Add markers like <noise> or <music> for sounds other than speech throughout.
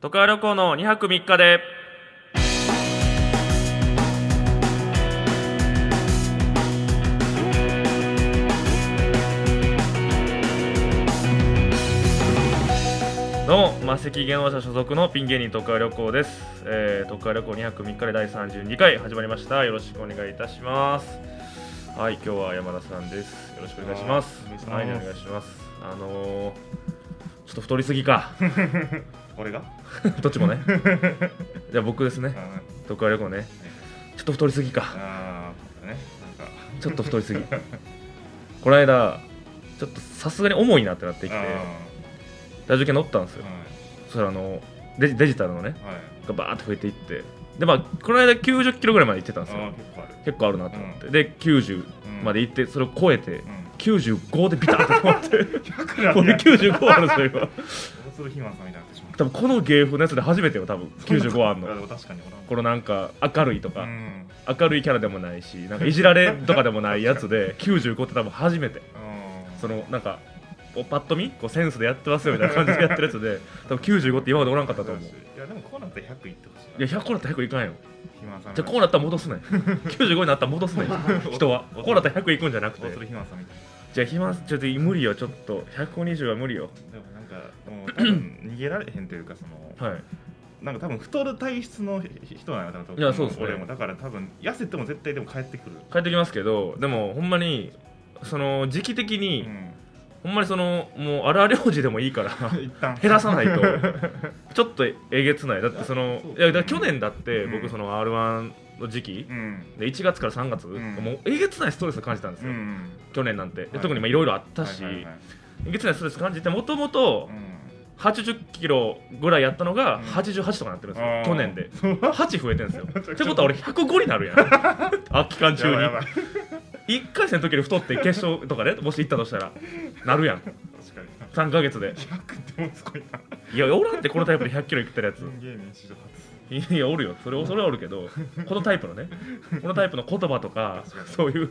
都会旅行の2泊3日でどうもマセキ芸能者所属のピン芸人都会旅行です、えー、都会旅行2泊3日で第32回始まりましたよろしくお願いいたしますはい今日は山田さんですよろしくお願いしますお願いしますはいお願いしますあのー、ちょっと太りすぎか俺がどっちも <laughs> ねじゃあ僕ですねあ都会旅行ねちょっと太りすぎかあーねなんかちょっと太り <laughs> すぎこの間ちょっとさすがに重いなってなってきてあ体重計乗ったんですーよはそしたらあのデジデジタルのねいはいがバーって増えていってでまあこの間9 0キロぐらいまで行ってたんあですよー結構ある結構あるなと思って、で90まで行ってそれを超えて、うん95でビタッと止まって <laughs> 100だこれね95あるんですよ今大鶴ひまさんみたいになってしまった多分この芸風のやつで初めてよ多分95あんあでのも確かに俺はこのなんか明るいとか、うん明るいキャラでもないしなんかいじられとかでもないやつで95って多分初めてうんそのなんかこうパッと見こうセンスでやってますよみたいな感じでやってるやつで多分95って今までおらんかったと思ういいやでもこうなったら100いってほしいや100個だったら100いかんよひまさんじゃあこうなったら戻すね95になったら戻すね <laughs> 人はこうなったら100いくんじゃなくて大鶴ひまさんみたいじゃあ暇ちょっと無理よちょっと120は無理よなでもなんかもう多分逃げられへんというかそ <clears throat> のはいなんか多分太る体質の人なのかな多分いやそうですね俺もだから多分痩せても絶対でも帰ってくる帰ってきますけどでもほんまにその時期的うに、んほんまにそのもう荒療治でもいいから一旦減らさ <laughs> ないとちょっとえげつないだってそのそういやだから去年だってうん僕その r 1の時期うんで1月から3月、んもうえげつないストレスを感じたんですうよ、ん去年なんて、ではい特にまあいろいろあったし、はいはいはいえげつないストレス感じてもともとう80キロぐらいやったのがうん88とかなってるんですよ、ん去年 <laughs> でそう8増えて <laughs> るんですよってことは俺105になるやんあ期間中にやばいやばい1回戦の時より太って決勝とかねもし行ったとしたらなるやん確かに3ヶ月で100ってもうすごいないやおらんってこのタイプで100キロいってるやつ人芸人史上いやおるよそれそれはおるけどこのタイプのねこのタイプの言葉とか確かにそういう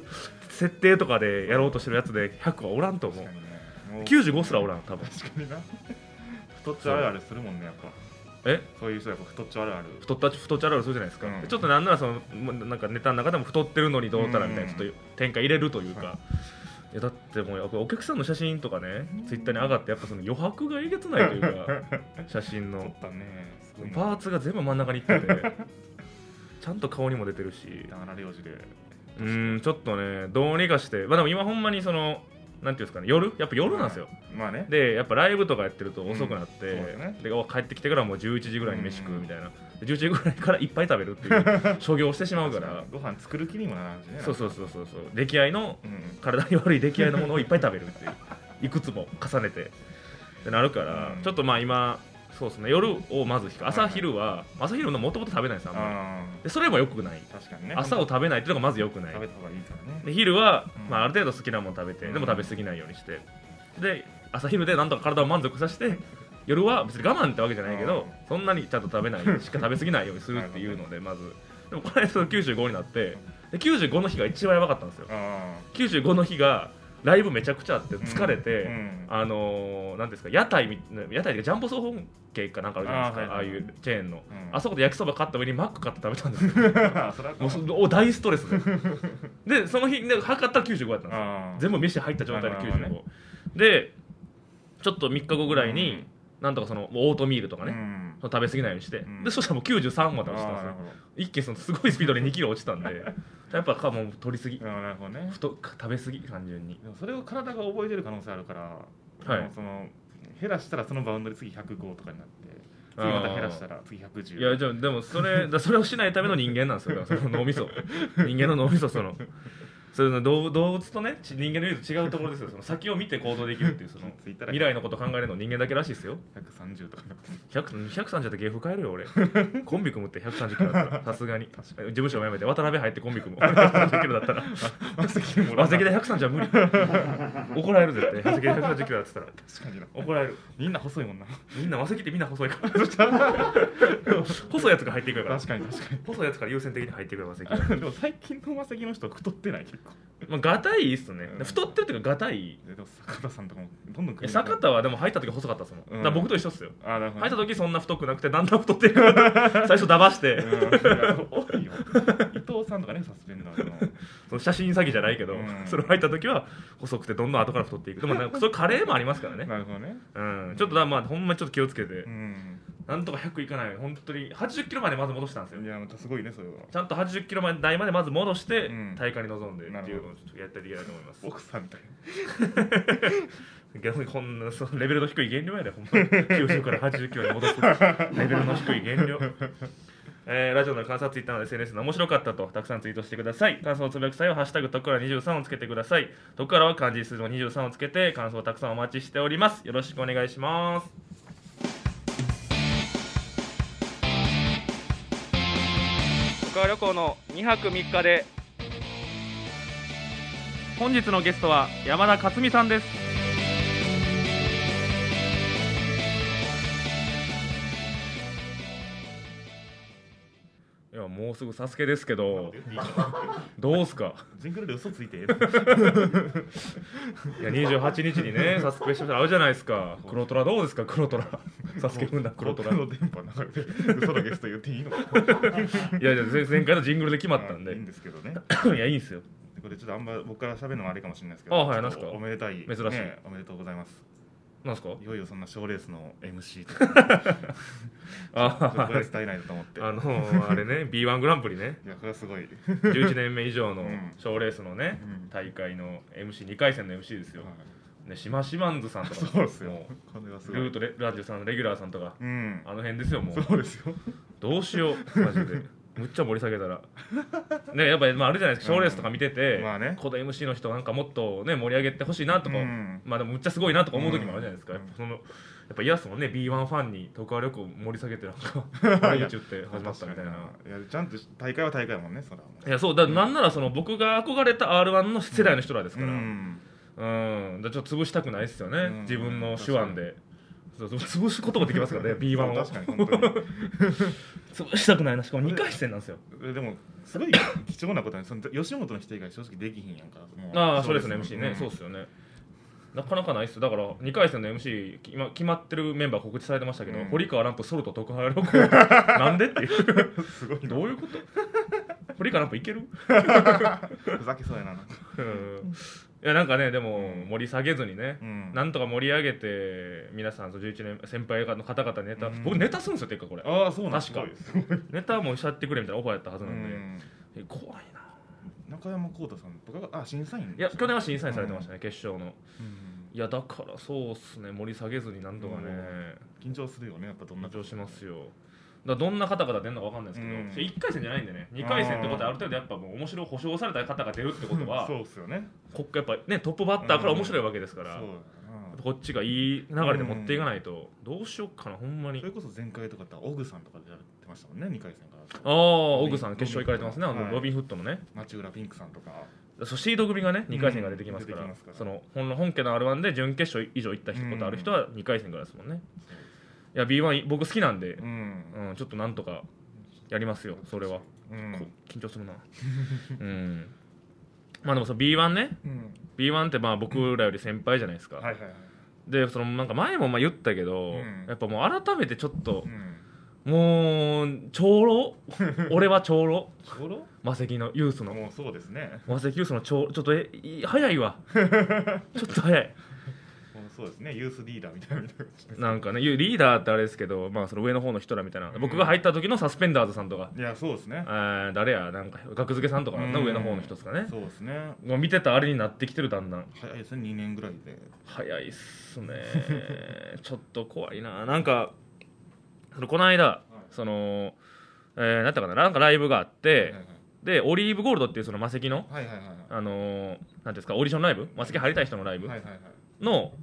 設定とかでやろうとしてるやつで100はおらんと初思確うかにねもう95すらおらん多分確かにな太っちょあるあるするもんねやっぱえそういう人やっぱ太っちょあるある太った太っちゃらあるそうじゃないですか、うんちょっとなんならそのもうなんかネタの中でも太ってるのにどうたらみたいなうちょんっと展開入れるというか、はいいやだってもうこれお客さんの写真とかねツイッターに上がってやっぱその余白がえげつないというか <laughs> 写真太のったねすごいパなーツが全部真ん中にいっててちゃんと顔にも出てるしだから用事でうーんちょっとねどうにかしてまあでも今ほんまにそのなんていうんですかね夜やっぱ夜なんですよまあねでやっぱライブとかやってると遅くなって、うんそうですねでお帰ってきてからもう11時ぐらいに飯食うみたいな、で11時ぐらいからいっぱい食べるっていう <laughs> 所業をしてしまうか確からにご飯作る気にもならんしねそうそうそうそうそう出来合いのうん体に悪い出来合いのものをいっぱい食べるっていういくつも重ねてってなるから、うんちょっとまあ今そうですね夜をまず引く朝昼は朝昼のもともと食べないんですあんまりあでそれもよくないー確かにね朝を食べないっていうのがまずよくない食べた方がいいからねで昼は、うんまあ、ある程度好きなもの食べてうんでも食べ過ぎないようにしてで朝昼でなんとか体を満足させて夜は別に我慢ってわけじゃないけどそんなにちゃんと食べないしか食べ過ぎないようにするっていうのでまずでもこの間その95になってで95の日が一番やばかったんですよあ95の日がライブめちゃくちゃあってー疲れて、うんあのー、なんていうんですか屋台み屋台でジャンボ総本家かなんかあるじゃないですかあ,、あーはいあいうチェーンの、うんあそこで焼きそば買った上にマック買って食べたんですよ <laughs> それはもうそお大ストレスででその日で測ったら95やったんですよあー全部飯入った状態でなるほど95、ねでちょっと3日後ぐらいに、うんなんとかそのもうオートミールとかうね、んその食べ過ぎないようにして、うんでそしたらもう93まで落ちたんあですーなるよほど一気にそのすごいスピードで2キロ落ちたんで <laughs> やっぱかもう取りすぎうんなるほどね太食べ過ぎ単純にでもそれを体が覚えてる可能性あるから、はいもうその減らしたらそのバウンドで次105とかになってあ次ーまた減らしたら次110いやじゃあでもそ <laughs> れだそれをしないための人間なんですよだからその脳みそ人間の脳みそそのそれの動動物とねち人間の言うと違うところですよその先を見て行動できるっていうそのついたら未来のこと考えるの人間だけらしいですよ130とかになって100 130だって芸風変えるよ <laughs> 俺コンビ組むって130キロだったらさすがに事務所も辞めて渡辺入ってコンビ組む <laughs> 130キロだったらマセキ和席で130は無理 <laughs> 怒られる絶対和席で130キロだって言ったら確かにな怒られるみんな細いもんなみんな和席ってみんな細いから細いやつが入っていくから確かに確か細いやつから優先的に入ってくるわ席にでも最近のマセキの人太ってないけ結構まあがたいっすね、うん太ってるっていうかがたいででも坂田さんとかもどんどん食えい坂田はでも入った時細かったっすもん、うんだから僕と一緒っすよあーなるほど入った時そんな太くなくてだんだん太っていく <laughs> 最初だばして、うん多いよ伊藤さんとかねサスペ <laughs> ンダーのその写真詐欺じゃないけど、うんそれ入った時は細くてどんどん後から太っていくでもなんかそれカレーもありますからね、なるほどねうん、ちょっとだまあほんまにちょっと気をつけて、うんなんとか100いかない本当に80キロまでまず戻したんですよいやまたすごいねそれはちゃんと80キロまで台までまず戻してうん大会に臨んでなっているうほのをちょっとやっていきたいと思います奥さんみたい逆にこんなそのレベルの低い減量やでほんまに90から80キロに戻すレベルの低い減量えーラジオの観察ツイッターの SNS の面白かったとたくさんツイートしてください感想をつぶやく際は「ハッシュタグとくら23」をつけてくださいとくらは漢字数字の23をつけて感想をたくさんお待ちしておりますよろしくお願いします徳川旅行の2泊3日で本日のゲストは山田勝美さんですいやもうすぐサスケですけどなどうすかジングルで嘘ついていや28日に <laughs> ねサスケしてあるじゃないですか黒虎どうですか黒虎サスケ踏んだ黒虎いの電波流れて嘘のゲスト言っていいのかやいや前前回のジングルで決まったんあでいいんですけどねいやいいんすよこれちょっとあんま僕から喋るのもあれかもしれないですけどあはいちょなっとんすかおめでたい珍しいねおめでとうございますなんすかいよいよそんな賞レースの MC と <laughs> かちょっとあこれ伝えないとと思ってあのーあれね B1 グランプリねいやこれはすごい11年目以上のうん賞レースのね、うん大会の MC2 回戦の MC ですよ、ね、シマシマンズさんとか <laughs> そうですよもこれはすうごいルートレラジオさんのレギュラーさんとかうんあの辺ですよもうそうですよどうしようマジでむっちゃ盛り下げたらねやっぱり、まあ、あるじゃないですか賞レースとか見てて、うんまあねこの MC の人なんかもっとね盛り上げてほしいなとか、うんまあでもむっちゃすごいなとか思う時もあるじゃないですか、うんやっぱそのやっぱ嫌っすもんね B1 ファンに徳川旅行盛り下げてなん <laughs> か悪口言って始まったみたいな。いやちゃんと大会は大会やもんねそれはもういやそうだなんならその僕が憧れた r 1の世代の人らですから、うんうん、だからちょっと潰したくないですよね、うん自分の手腕で。そうそう潰すこともできます <laughs> からね、B1 を。確かに本当に <laughs> 潰したくないな、しかも2回戦なんですよ。えでもすごい貴重なことにその吉本の人以外正直できひんやんかもああ、そうですね、MC ね、んそうですよね。なかなかないっすよだから2回戦の MC き今決まってるメンバー告知されてましたけど、うん堀川ランプソルト徳原旅 <laughs> 行なんでっていうすごいなどういうこと堀川ランプいけるふざけそうやなうんいやなんかねでも盛り下げずにね、うんなんとか盛り上げて皆さんそう11年先輩の方々ネタ、うん僕ネタするんですよてっかこれああそうなん確かすごいすごいネタもしゃってくれみたいなオファーやったはずうなんで、んえ怖いな中山浩太さんとかがあ審査員いや去年は審査員されてましたね、決勝のうんいやだからそうっすね盛り下げずになんとかね緊張するよねやっぱどんな緊張しますよだからどんな方々出るのかわかんないですけど、うんそれ1回戦じゃないんでね2回戦ってことはある程度やっぱもう面白い保証された方が出るってことは、そうっすよねこっからやっぱねトップバッターから面白いわけですかそうら、ややっなぱこっちがいい流れで持っていかないと、どうしよっかなほんまにそれこそ前回とかだったらオグさんとかでやってましたもんね2回戦からああ奥さん決勝行かれてますねあの、はいロビンフットのね町浦ピンクさんとかそうシード組がね2回戦から出てきますから,、うん出てきますからその本本家の r 1で準決勝以上行った人ことある人は2回戦からですもんね、いや B1 僕好きなんでう、んうんちょっとなんとかやりますよそれは、うんこう緊張するなうんまあでもその B1 ねうん、 B1 ってまあ僕らより先輩じゃないですか、はいはいはい、でそのなんか前もまあ言ったけど、うんやっぱもう改めてちょっとう、ん、もう長老俺は長老ちょうど魔石のユースのもうそうですねマセキュースの超ちょっとえい早い <laughs> わちょっと早いもうそうですねユースリーダーみたいなみたいなんかねゆリーダーってあれですけど、まあ、その上の方の人らみたいな、僕が入った時のサスペンダーズさんとか、ないやそうですねえー誰やなんか学付けさんとかのうん上の方の人ですかね、そうですねもう見てたあれになってきてるだんだん早いですね2年ぐらいで早いっす <laughs> ねちょっと怖いななんかそのこの間その、えー、なんだったかななんかライブがあって、でオリーブゴールドっていうそのマセキのはいはいはいはいはあのーなんていうんですかオーディションライブマセキ入りたい人のライいブ、はいはいはいの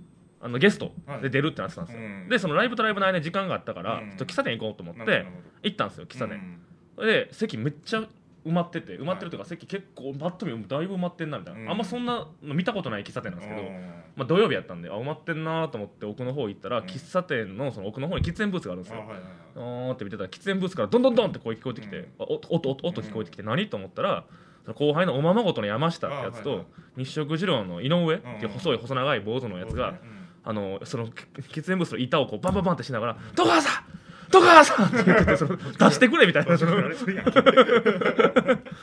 あのゲストはいで出るってなってたんですよ、うんでそのライブとライブの間に時間があったから、うんちょっと喫茶店行こうと思なっるほどてなるほど行ったんですよ喫茶う店、んで席めっちゃ埋まってて埋まってるというか、席結構パッと見だいぶ埋まってんなみたいな、うんあんまそんなの見たことない喫茶店なんですけど、うんまあ、土曜日やったんであ埋まってんなと思って奥の方行ったら、うん喫茶店のその奥の方に喫煙ブースがあるんですあよはいはいはいあーって見てたら喫煙ブースからどんどんどんって声聞こえてきて、うんあ音音音音聞こえてきて、何と思ったらその後輩のおままごとの山下ってやつと、あはいはい日食二郎の井上っていううん細い細長い坊主のやつが、 <laughs> うんあのそのき喫煙ブースの板をこうバンバンバンってしながら「徳川さん徳川さん!」って言っててその出してくれみたいなそのあれそれやんけ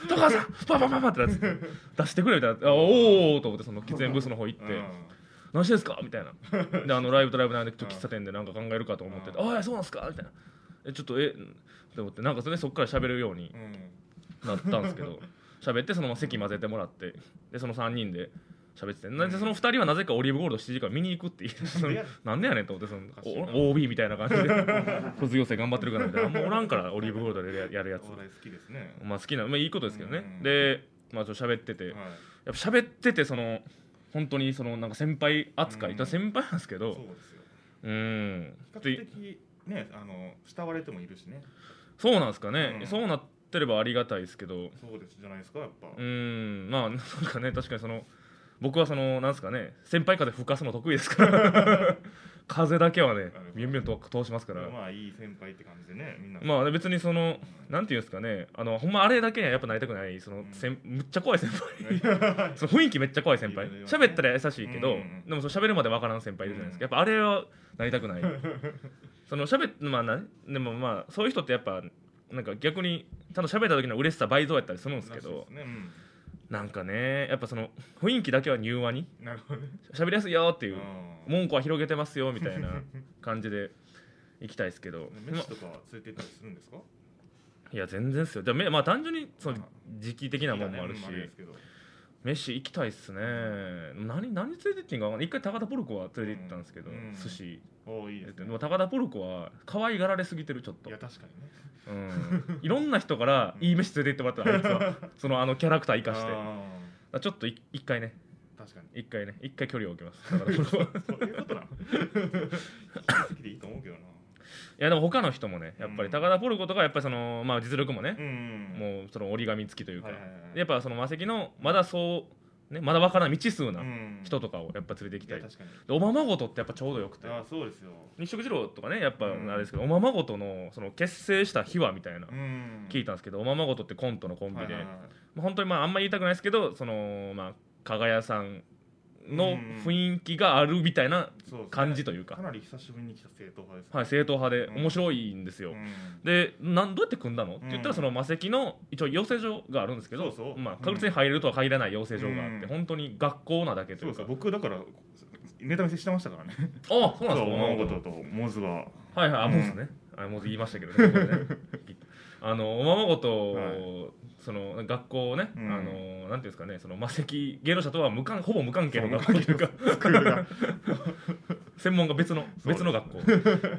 徳川さんパンパンパンパンってなって出してくれみたいなあおーおーと思ってその喫煙ブースの方行ってうん「何してんすか?」みたいなであのライブとライブの間にちょっと喫茶店でなんか考えるかと思ってて「うああそうなんすか?」みたいな「えちょっとえって思ってなんかそれでそっから喋るようにうんなったんですけど <laughs> 喋ってそのまま席混ぜてもらってでその3人で喋っててなんでその2人はなぜかオリーブゴールド7時間見に行くって言い出して <laughs> そのなんでやねんと思っておかそしいなのお OB みたいな感 <laughs> じで卒業生頑張ってるからみたいなあんまおらんからオリーブゴールドでややるやつお笑い好きですね。まあ好きなまあいいことですけどねうんでまあちょっと喋っててやっはいぱ喋っててその本当にそのなんか先輩扱いうんだから先輩なんですけそどうですよ。うん比較的ね、あの慕われてもいるしね。そうなんですかね、うんそうなってればありがたいですけどそうですじゃないですかやっぱ。うーんまあなんかね確かにその僕はそのなんですかね先輩風吹かすの得意ですから <laughs> 風だけはねビュンビュンと通しますからまあいい先輩って感じでね、みんな。まあ別にそのなんていうんですかねあのほんまあれだけにはやっぱなりたくないその先むっちゃ怖い先輩 <laughs> その雰囲気めっちゃ怖い先輩いるよね喋ったら優しいけど、うんうんうんでもその喋るまでわからん先輩いるじゃないですか、やっぱあれはなりたくないその喋っまあなんでもまあそういう人ってやっぱなんか逆にちゃんと喋った時の嬉しさ倍増やったりするんですけらしいどですね。うんなんかねやっぱその雰囲気だけは柔和になるほどね。喋りやすいよっていううん門戸は広げてますよみたいな感じで行きたいですけど、ま <laughs> 飯とか連れて行ったりするんですか？いや全然っすよじゃあめまあ単純にそのうん時期的なもんもあるし、好きだねうんれですけど飯行きたいっすね何何連れて行ってんか分かんない一回高田ポルコは連れて行ったんですけど、うん寿司おーいいやでっすてねで。も高田ポルコは可愛がられすぎてるちょっといや確かにね。うん、いろんな人からいい飯連れて行ってもらったあいつ <laughs> はそのあのキャラクター生かしてだかあらちょっとい一回ねー確かに。一回ね一回距離を置きます高田ポルコはい <laughs> そういうことなの。好きでいいと思うけどな。やでも他の人もねやっぱり高田ポルコとかやっぱりそのまあ実力もねう、ん。うもうその折り紙付きというか、はいはいはいでやっぱその魔石のまだそう、ね、まだ分からない未知数な人ととかをやっぱ連れてきいたやり、確かに。でおままごとってやっぱちょうどよくてああそうですよ。日食二郎とかねやっぱうんあれですけど、おままごとのその結成した秘話みたいな、うん。聞いたたんですけどおままごとってコントのコンビで、はいはいはいまあ本当にまああんまり言いたくないですけどそのまあ加賀屋さんうのん雰囲気があるみたいなそうですね感じというかかなり久しぶりに来た正統派ですね。はい、正統派でうん面白いんですよ、うんでなんどうやって組んだのって言ったうらんその魔石の一応養成所があるんですけどそうそうまうんあ、確実に入れるとは限らない養成所があって、うん本当に学校なだけとそいううですかよ僕だからネタ見せしてましたからね。あそうなんですそかう物事とモズは。はいはいあうんもうですね、あもう言いましたけどねここでねあのおままごと、はいその学校をね、うんあのなんていうんですかねその魔石芸能者とは無関ほぼ無関係の学校というかスクールが専門が別のそうで別すの <laughs> 学校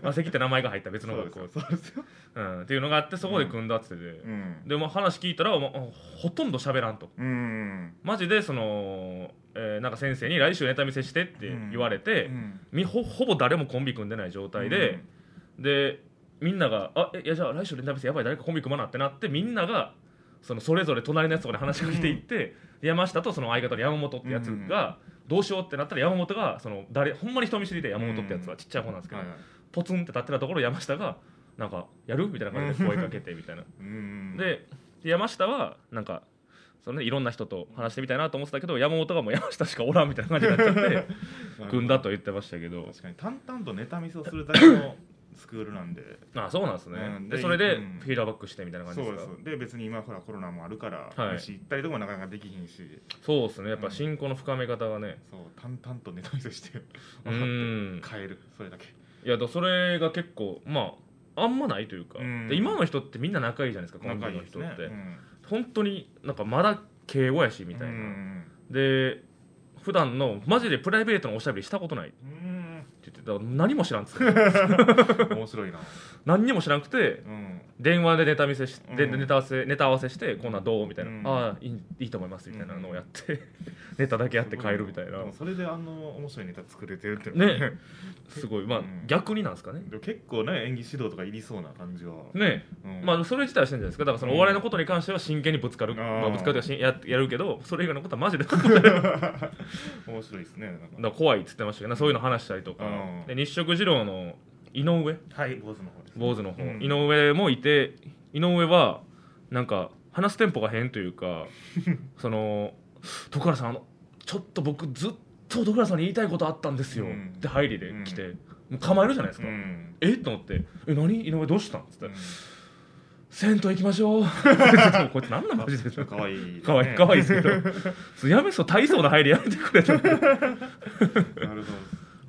魔石って名前が入った別の学校そうですよ。うん、っていうのがあってそこで組んだっつってて、うん。で、まあ、話聞いたら、まあ、ほとんど喋らんとうん。マジでその、えーなんか先生に来週ネタ見せしてって言われて、うんみほほぼ誰もコンビ組んでない状態で、、でみんなが「あえいやじゃあ来週連絡してやばい誰かコンビ組まな」ってなってみんながそのそれぞれ隣のやつとかに話しかけていって、で山下とその相方の山本ってやつが、どうしようってなったら山本がその誰ほんまに人見知りで山本ってやつはちっちゃい方なんですけうんど、はいはいポツンって立ってたところ山下が「なんかやる?」みたいな感じで声かけてみたいな。うん、でで山下はなんかそのねいろんな人と話してみたいなと思ってたけど山本がもう山下しかおらんみたいな感じになっち <laughs> ゃって組んだと言ってましたけど確かに淡々とネタ見せをするだけのスクールなんであそうなんですね、うんででそれでうんフィードバックしてみたいな感じそでうすでかすで別に今ほらコロナもあるから、はい飯行ったりとかもなかなかできひんしそうですねやっうぱん信仰の深め方がねそう淡々とネタ見せしてうん帰るそれだけいやだそれが結構まああんまないというか、うんで今の人ってみんな仲いいじゃないですかコンビ仲いいのです人ねって、うん本当になんかまだ敬語やしみたいな、うんで普段のマジでプライベートのおしゃべりしたことないってうん言ってたから何も知らんっつって <laughs> 面白いな、何にも知らなくてうん、電話でネタ見せし、でうんネタ合わせネタ合わせしてこんなんどうみたいな、うんああいいいいと思いますみたいなのをやって、ネタだけやって帰るみたいなでもそれであの面白いネタ作れてるっていうのがねすごいまあ、うん逆になんですかねでも結構ね演技指導とかいりそうな感じは、ねうんまあそれ自体はしてるんじゃないですかだからそのお笑いのことに関しては真剣にぶつかる、うんまあ、ぶつかるというかしんややるけどそれ以外のことはマジで <laughs> だか面白いですねなんから怖いっつってましたけどねそういうの話したりとか、うんで日食二郎の井上はい坊主の方です坊主の方、うん井上もいて井上はなんか話すテンポが変という <laughs> かその徳原さんあのちょっと僕ずっと徳原さんに言いたいことあったんですよ、うんって入りで来て、もう構えるじゃないですうか、んえっと思って「え何井上どうしたん?」っつって、う銭湯行きましょ <laughs> う」 <laughs> でもこいつ何なのマジでんかわいいかわいいかわいいですけ <laughs> どそうやめそう大層な入りやめてくれといなるほ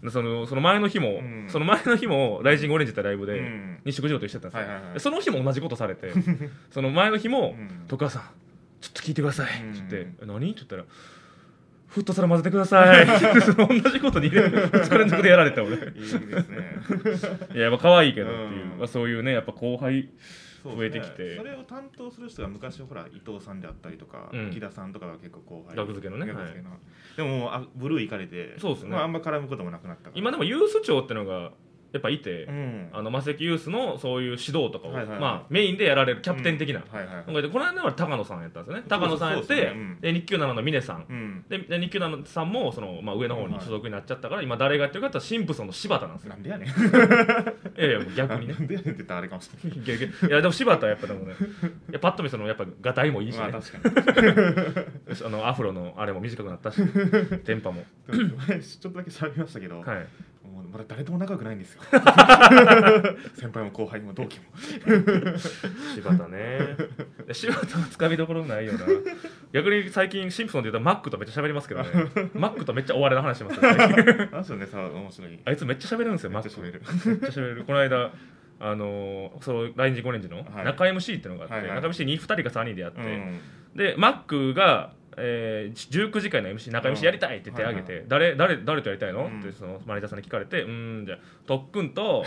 でそのその前の日も、うんその前の日も「ライジングオレンジ」ってライブどで、うんに食事をと一緒だったんですよ、はいはいはいでその日も同じことされ <laughs> てその前の日もう「ん徳川さんちょっと聞いてください」って言ってうん「え何?」って言ったら「フットサル混ぜてください」 <laughs> その同じこと2年2日連続でやられた俺いいいですねややっぱ可愛いけどっていう、うんまあ、そういうねやっぱ後輩そう増えですねてきてそれを担当する人が昔ほら伊藤さんであったりとか、うん木田さんとかが結構後輩学付けのね学付けのでももうあブルー行かれてそうですねまあ、あんま絡むこともなくなったから今でもユース長ってのがやっぱいて、うんあのマセキユースのそういう指導とかを、はいはいはいまあ、メインでやられるキャプテン的な、うんはいはいはいなんかでこの間は高野さんやったんですよね高野さんやっそうでてすねうんで日給7の峰さんうんでで日給7さんもその、まあ、上の方はにい所属になっちゃったから、今誰がやってるかって言ったらシンプソンの柴田なんですよ <laughs> なんでやねんいやいやもう逆にね <laughs> なんでやねんって言ったらあれかもしれないいやいやいやでも柴田はやっぱでもねいやパッと見そのやっぱがたいもいいしね、まあ確かにあのアフロのあれも短くなった <laughs> し電波もでも前ちょっとだけ喋りましたけど、はいもうまだ誰とも仲良くないん <laughs> ですよ先輩も後輩も同期も柴田 <laughs> ねいや柴田はつかみどころないよな逆に最近シンプソンで言うとマックとめっちゃ喋ります <laughs> けどねマックとめっちゃ終わりの話してますよ最近あの人ねさ面白い <laughs> あいつめっちゃ喋るんですよ、めマっッちゃク。め喋っるちゃ喋れる。この間、あのー、そう、ラインジンゴレンジのはい中 MC ってのがあって、はいはい中 MC に2人か3人でやって、 <laughs> うんで、マックが、えー、19時間の MC、中 MC やりたいって手挙げて、はい誰、誰、誰とやりたいの、うんってそのマネージャーさんに聞かれて、うーん、じゃあ、特訓 <laughs> と、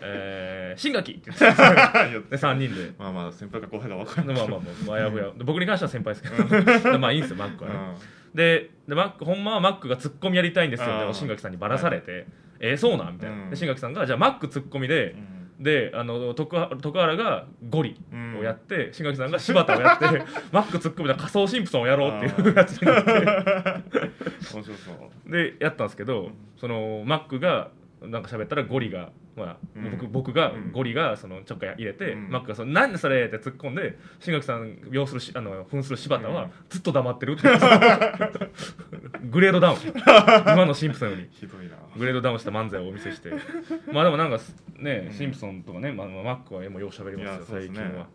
えー、新垣って言ってたで、3人で。まあまあ先輩か後輩が分からでないまあまあまあ、まあやぶやぶ。で僕に関しては先輩 <laughs> ですけど、まあいいんですよ、マックはね。ででマックほんまはマックがツッコミやりたいんですよあーでも新垣さんにばらされて、えー、そうなんみたいな、うんで新垣さんがじゃあマックツッコミで、であの徳は徳原がゴリをやって、新垣さんが柴田を <laughs> やってマックツッコミで仮想シンプソンをやろうっていうやつになって面白そうでやったんですけど、うんそのマックがなんか喋ったらゴリが、まあうん僕僕が、うんゴリがそのちょっかい入れて、うんマックがその「なんでそれ!」って突っ込んで新垣さん擁するしあの扮する柴田うはんずっと黙ってるって <laughs> いうグレードダウン今のシンプソンよりひどいなグレードダウンした漫才をお見せしてまあでもなんかねうんシンプソンとかね、まあ、まあマックはもうよう喋りますよいやそう最ですね近は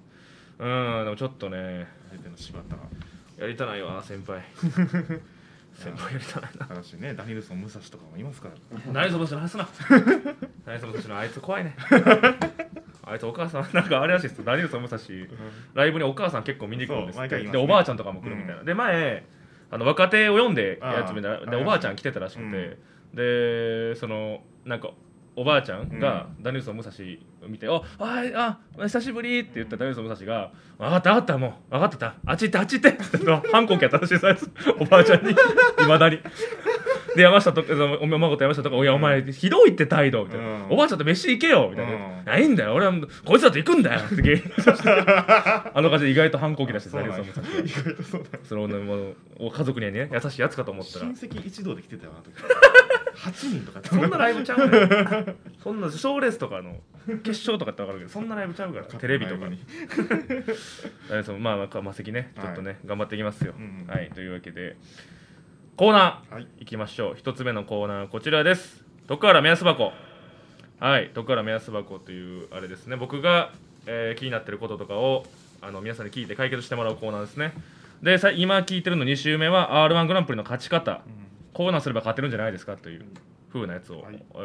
うんでもちょっとね相手の柴田やりたないわ先 <laughs> 輩先輩やりたないな悲しいねダニルソン武蔵とかもいますから何その人の話 <laughs> すな何その人のあいつ怖いねあいつお母さんなんかあれらしいですよダニエルソン武蔵ライブにお母さん結構見に来るんですっそう毎て、回いますでねおばあちゃんとかも来るみたいな、で前あの若手を読んでやつみたいあなーではいおばあちゃん来てたらしくて、でそのなんかおばあちゃんがダニエルソン武蔵見て「あああ久しぶり」って言ったダニエルソン武蔵が「分かった分かったもう分かってたあっち行ってあっち行って」って言って反抗期やったらしいですあいつおばあちゃんにいまだに。で山下とそのお孫と山下とか「おやお前ひどいって態度」みたいな、うんおばあちゃんと飯行けよ」みたいな、うんないんだよ俺はこいつらと行くんだよ」って芸人としてあの感じで意外と反抗期出してそうダなニんエやルソン武蔵意外とそうだそのもう家族にはね優しいやつかと思ったら親戚一同で来てたよあの <laughs> 時八人とかそんなライブちゃう <laughs> ねそんな賞レースとかの決勝とかって分かるけどそんなライブちゃうからテレビとかにダニエルソンまあまあ魔石ねちょっとね、頑張っていきますよ、うんはいというわけでコーナーはいいきましょう一つ目のコーナーはこちらです徳原目安箱はい徳原目安箱というあれですね僕が、えー気になってることとかをあの皆さんに聞いて解決してもらうコーナーですねでさ今聞いてるの2週目は r 1グランプリの勝ち方コーナーすれば勝てるんじゃないですかという風なやつを、はいえ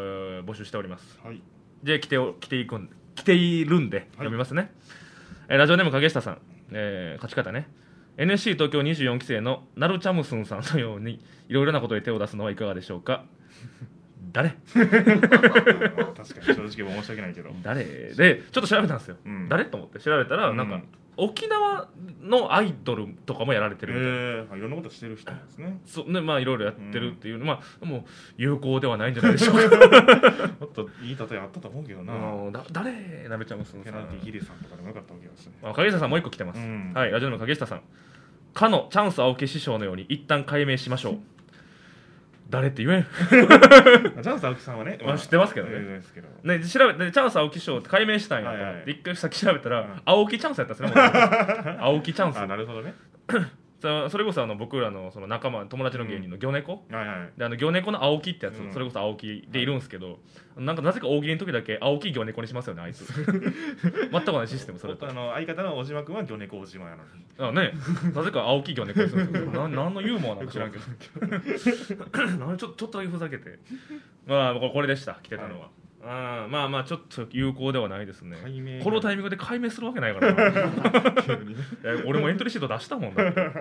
ー募集しておりますはいで来てお来ていくん来ているんで読みますね、えーラジオネーム影下さん、えー勝ち方ね NSC 東京24期生のナルチャムスンさんのようにいろいろなことに手を出すのはいかがでしょうか <laughs> 誰確かに正直申し訳ないけど誰でちょっと調べたんですよ、うん誰と思って調べたらうんなんか、沖縄のアイドルとかもやられてるみたいな、ええいろんなことしてる人なんですねそうねまあいろいろやってるっていう、まあもう有効ではないんじゃないでしょ <laughs> うかもっといい例えあったと思うけどあなのだ誰ナルチャムスンペさナんルティギリさんとかでもよかったわけだしねあ影下さんもう一個来てます、うんはいラジオネーム影下さんかのチャンス青木師匠のように一旦解明しましょう誰って言えん <laughs> ジャンス青木さんはね、まあ知ってますけどね有名ですけどね、調べてチャンス青木賞って解明したんやとはい思はっいて一回先調べたら、うん青木チャンスやったんです <laughs> ねもう青木チャンあなスるほどねそそれこそあの僕らのその仲間友達の芸人の魚猫、はいはいであの魚猫の青木ってやつ、うんそれこそ青木でいるんですけど、なんかなぜか大喜利の時だけ青木魚猫にしますよねあい <laughs> つ全く同じシステムそれ僕とあの相方の小島君は魚猫小島やのにあねなぜか青木魚猫にするんですよな何のユーモアなんか知らんけど <laughs> なんでちょちょっとだけふざけてまあこれこれでした来てたのは、あーまあまあちょっと有効ではないですね解明このタイミングで解明するわけないからな急にねいや俺もエントリーシート出したもんだってうん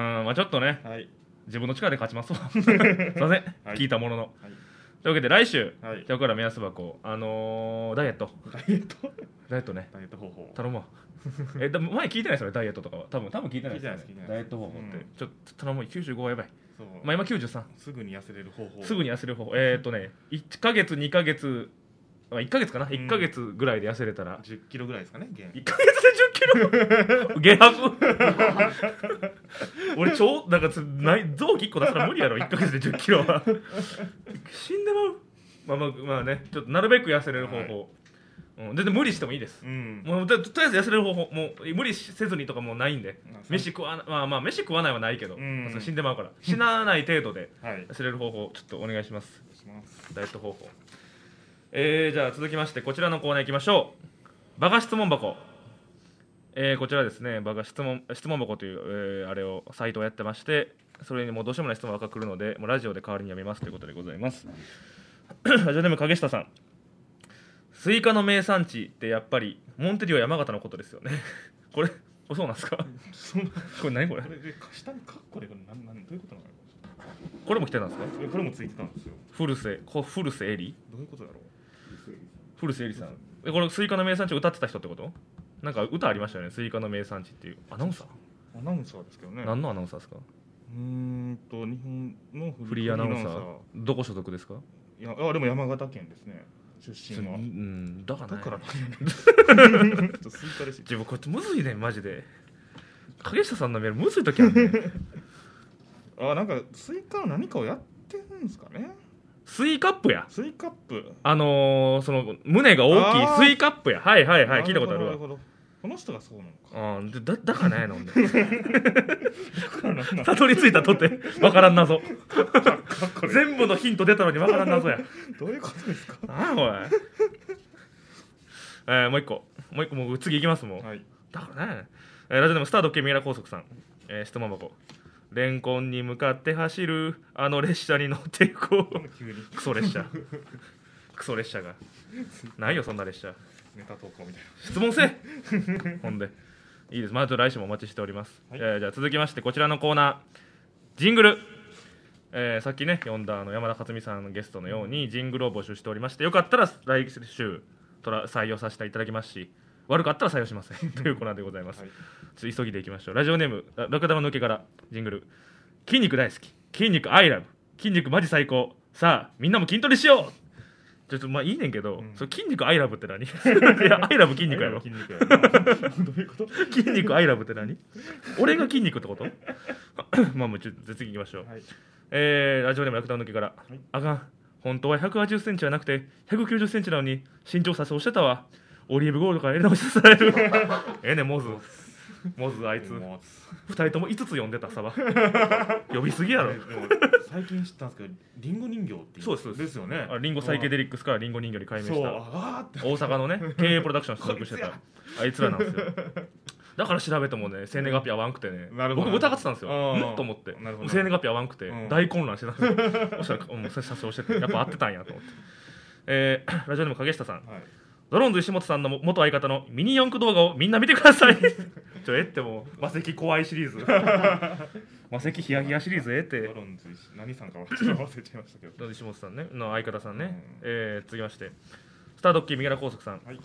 まあちょっとね <laughs> はい自分の力で勝ちます <laughs> わすいません、はい聞いたもののはいというわけで来週はい今日から目安箱あのーダイエットダイエットダイエットねダイエット方法頼む <laughs> わえだ前聞いてないですよねダイエットとかは多分多分聞いてないですよね聞いてないです聞いてないですダイエット方法って、うんちょっと頼むわ95はやばいそうまあ今93すぐに痩せれる方法すぐに痩せる方法えーっとね1ヶ月2ヶ月あ1ヶ月かな1ヶ月ぐらいで痩せれたら、 10キロぐらいですかね減1ヶ月で1 0キロ <laughs> 下落 <laughs> 俺超なんかつない臓器1個出したら無理やろ1ヶ月で1 0キロは <laughs> 死んでまうまあまあまあねちょっとなるべく痩せれる方法、うん、全然無理してもいいです、うんもうととりあえず痩せれる方法もう無理せずにとかもうないんでまあそう飯食わなまあまあ飯食わないはないけど、うんまあそれ死んでまうから死なない程度ではい痩せれる方法ちょっとお願いしますしますダイエット方法えー、じゃあ続きましてこちらのコーナーいきましょうバカ質問箱えー、こちらですねバカ質問質問箱という、えーあれをサイトをやってましてそれにもうどうしようもない質問が来るのでもうラジオで代わりにやめますということでございます <clears throat> ラジオネーム影下さんスイカの名産地ってやっぱりモンテディオ山形のことですよね <laughs> これこれそうなんですか <laughs> <laughs> そんなこれ何これこれで下にカッコでこれなんなんどういうことなのよこれも来てたんですねこれもついてたんですよ古瀬こ古瀬エリどういうことだろう古瀬絵里さんえこれスイカの名産地を歌ってた人ってことなんか歌ありましたよねスイカの名産地っていうアナウンサー、アナウンサーですけどね何のアナウンサーですかうーんと日本のフリーアナウンサーどこ所属ですかいやあでも山形県ですね出身はうんだから,、だね、から <laughs> ちょっとスイカレシピ自分こいつむずいねんマジで影下さんのメールむずい時あるねあなんかスイカの何かをやってるんですかねスイカップやスイカップあのー、その胸が大あーきいスイカップやはいはいはい聞いたことあるなわるほどこの人がそうなの <laughs> かあーだだからねなんでだからなんなんたどり着いたとってわからん謎かこれ全部のヒント出たのにわからん謎やどういうことですかなんやこれえーもう一個もう一個もう次いきますもう、はいだからね、えーラジオネームスタードッケ三浦高速さん、えー、質問箱レンコンに向かって走るあの列車に乗っていここんうな急にクソ列車クソ列車がないよそんな列車ネタ投稿みたい質問せえ <laughs> ほんでいいですまあちょっと来週もお待ちしております、はいえーじゃあ続きましてこちらのコーナージングル、えーさっきね読んだあの山田勝美さんのゲストのようにジングルを募集しておりましてよかったら来週とら採用させていただきますし悪かったら採用しません <laughs> というコーナーでございます、なはいちょっと急ぎでいきましょうラジオネームあラクダマの抜けからジングル筋肉大好き筋肉アイラブ筋肉マジ最高さあみんなも筋トレしようちょっとまあいいねんけど、うんそれ筋肉アイラブって何 <laughs> いやアイラブ筋肉やろ筋肉やなどういうこと筋肉アイラブって何俺が筋肉ってこと <coughs> まあもうちょっと次行きましょう、はいえーラジオでもラクダウン抜けから、はいあかん本当は1 8 0センチはなくて1 9 0センチなのに身長差し押してたわオリーブゴールドからやり直しされ <laughs> るええねんモズモズあいつも2う人とも5つ呼んでた <laughs> さば呼びすぎやろでも最近知ったんですけどリンゴ人形っていそうですそうですですよねあリンゴサイケデリックスからリンゴ人形に改名しそうたあーって大阪のね経営プロダクションに所属して <laughs> たあいつらなんですよ <laughs> だから調べてもね生年月日合わんくてねなるほ僕ども疑ってたんですよあーんと思ってなるほど生年月日合わんくてうん大混乱してたんです <laughs> よそしたらもう殺傷しててやっぱ合ってたんやと思ってえーラジオネーム影下さんはいドローンズ石本さんの元相方のミニ四駆動画をみんな見てくださ <laughs> いちょえってもう魔石怖いシ <laughs> リーズ魔石ヒヤヒヤシリーズええってバロンズ石何さんかはちょっと忘れちゃいましたけ <laughs> どの石本さんねの相方さんね、うんえー続きましてスタードッキー三浦高速さん、はい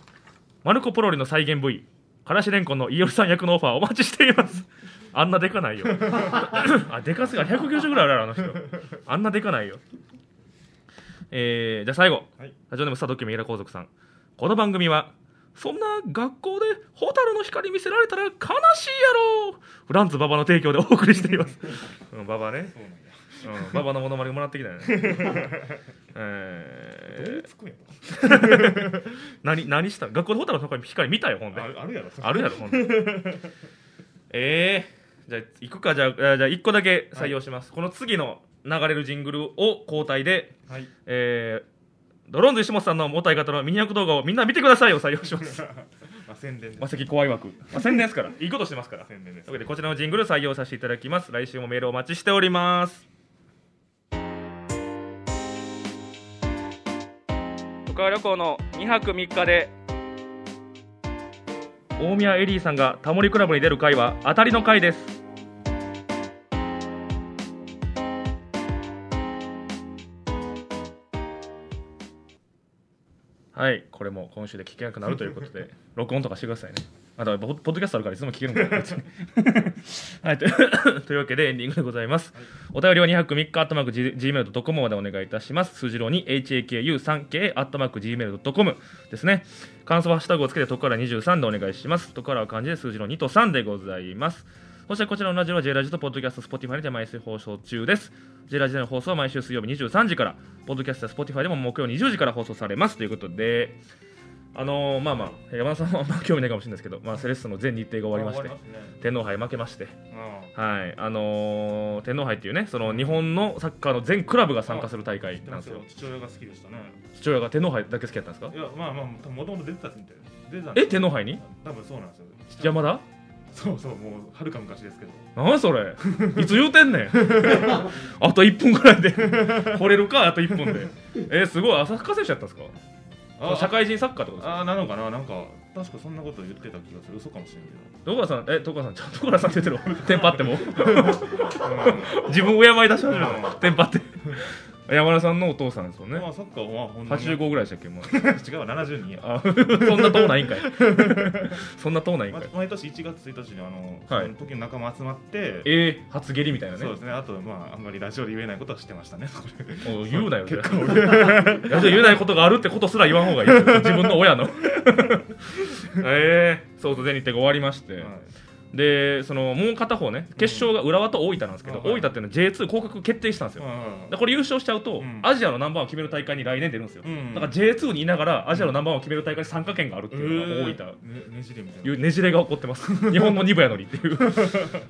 マルコ・ポロリの再現 V からしれんこんの飯尾さん役のオファーお待ちしています <laughs> あんなでかないよ <laughs> あでかすぎる190ぐらいあるやろあの人あんなでかないよえーじゃあ最後はいラジオネームスタードッキー三浦高速さんこの番組はそんな学校で蛍の光見せられたら悲しいやろフランツ馬場の提供でお送りしてい <laughs> ます、うん、馬場ね、そうなんやうん、馬場のモノマネもらってきたよね、えどうーつくんやろ何何した学校で蛍の光光見たよほんであるあるやろそれあるやろほんでええじゃあ行くかじゃあえーじゃあ1個だけ採用します、この次の流れるジングルを交代ではい <laughs> えードローンズ石本さんの元相方のミニアク動画をみんな見てくださいを採用します <laughs> まあ宣伝でマセキ怖い枠、まあ、宣伝ですからいいことしてますからという宣伝ですわけでこちらのジングル採用させていただきます来週もメールお待ちしております福岡旅行の2泊3日で大宮エリーさんがタモリクラブに出る回は当たりの回ですはいこれも今週で聞けなくなるということで録音とかしてくださいねあとポッポッドキャストあるからいつでも聞けるんだよ別にはいという <coughs> というわけでエンディングでございます、お便りは2泊3日アットマーク G- Gmail.com までお願いいたします数字ロに HAKU3K アットマーク Gmail.com ですね感想はハッシュタグをつけて「とから23」でお願いしますとからは漢字で数字の2と3でございますそしてこちらのラジオは J ラジとポッドキャスト Spotify で毎週放送中です J ラジでの放送は毎週水曜日23時からポッドキャストや Spotify でも木曜20時から放送されますということであのーまあまあ山田さんはあんま興味ないかもしれないですけど、まあ、セレッソの全日程が終わりまして終わり天皇杯負けましてまはいあのー天皇杯っていうねその日本のサッカーの全クラブが参加する大会すなんですよ父親が好きでしたね父親が天皇杯だけ好きだったんですかいやまあまあもともと出てたみたい出てたんでえす天皇杯に多分そうなんですよ山田そうそうもうはるか昔ですけど何それいつ言うてんねん <laughs> あと1分ぐらいで惚れるかあと1分でえーすごい朝霞選手やったんですか社会人サッカーってことですかああなのかななんか確かそんなこと言ってた気がする嘘かもしれんけ戸川さんえ戸川さんちゃんと戸川さんって言ってるテンパってもど、うん自分を敬い出し始めたのテンパって山田さんのお父さんですよまねあそっかまあほんまに85ぐらいでしたっけもう違うわ72やあそんな党ないんかいそんな党ないんまかい毎年1月1日にあの、はいその時の仲間集まってえー、初蹴りみたいなねそうですねあとまああんまりラジオで言えないことはしてましたね <laughs> それもう言うなよ結構言えないことがあるってことすら言わん方がいいよ自分の親のええそうそう全日程が終わりまして、はいでそのもう片方ね決勝が浦和と大分なんですけど、うん大分っていうのは J2 降格決定したんですよ、うんでこれ優勝しちゃうと、うんアジアのナンバーワンを決める大会に来年出るんですよ、うんだから J2 にいながらアジアのナンバーワンを決める大会に参加権があるっていうのが大分、ねねじりみたいいなうねじれが起こってます <laughs> 日本の2部やのにって <laughs> いう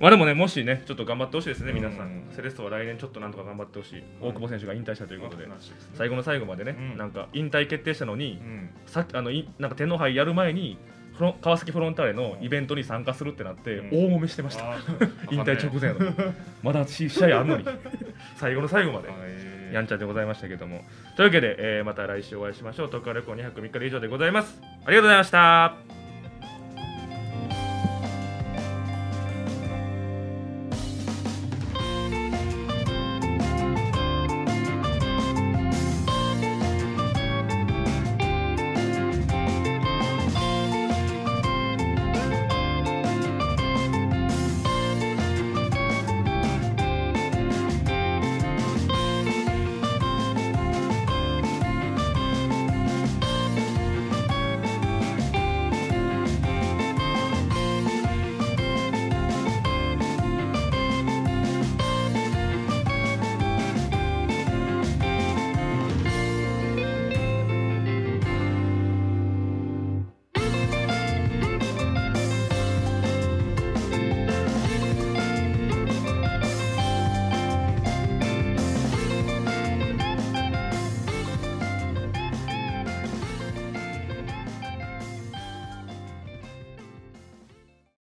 まあでもねもしねちょっと頑張ってほしいですね皆さん、うんセレッソは来年ちょっとなんとか頑張ってほしい、大久保選手が引退したということで、話ですね最後の最後までね、うんなんか引退決定したのに、うんさっきあのいなんか天皇杯やる前にフロン川崎フロンターレのイベントに参加するってなって、うん大揉めしてました、あー引退直前や <laughs> のにまだ試合あるのに最後の最後まで、はいやんちゃでございましたけどもというわけで、えーまた来週お会いしましょう「東京旅行2泊3日」で以上でございますありがとうございました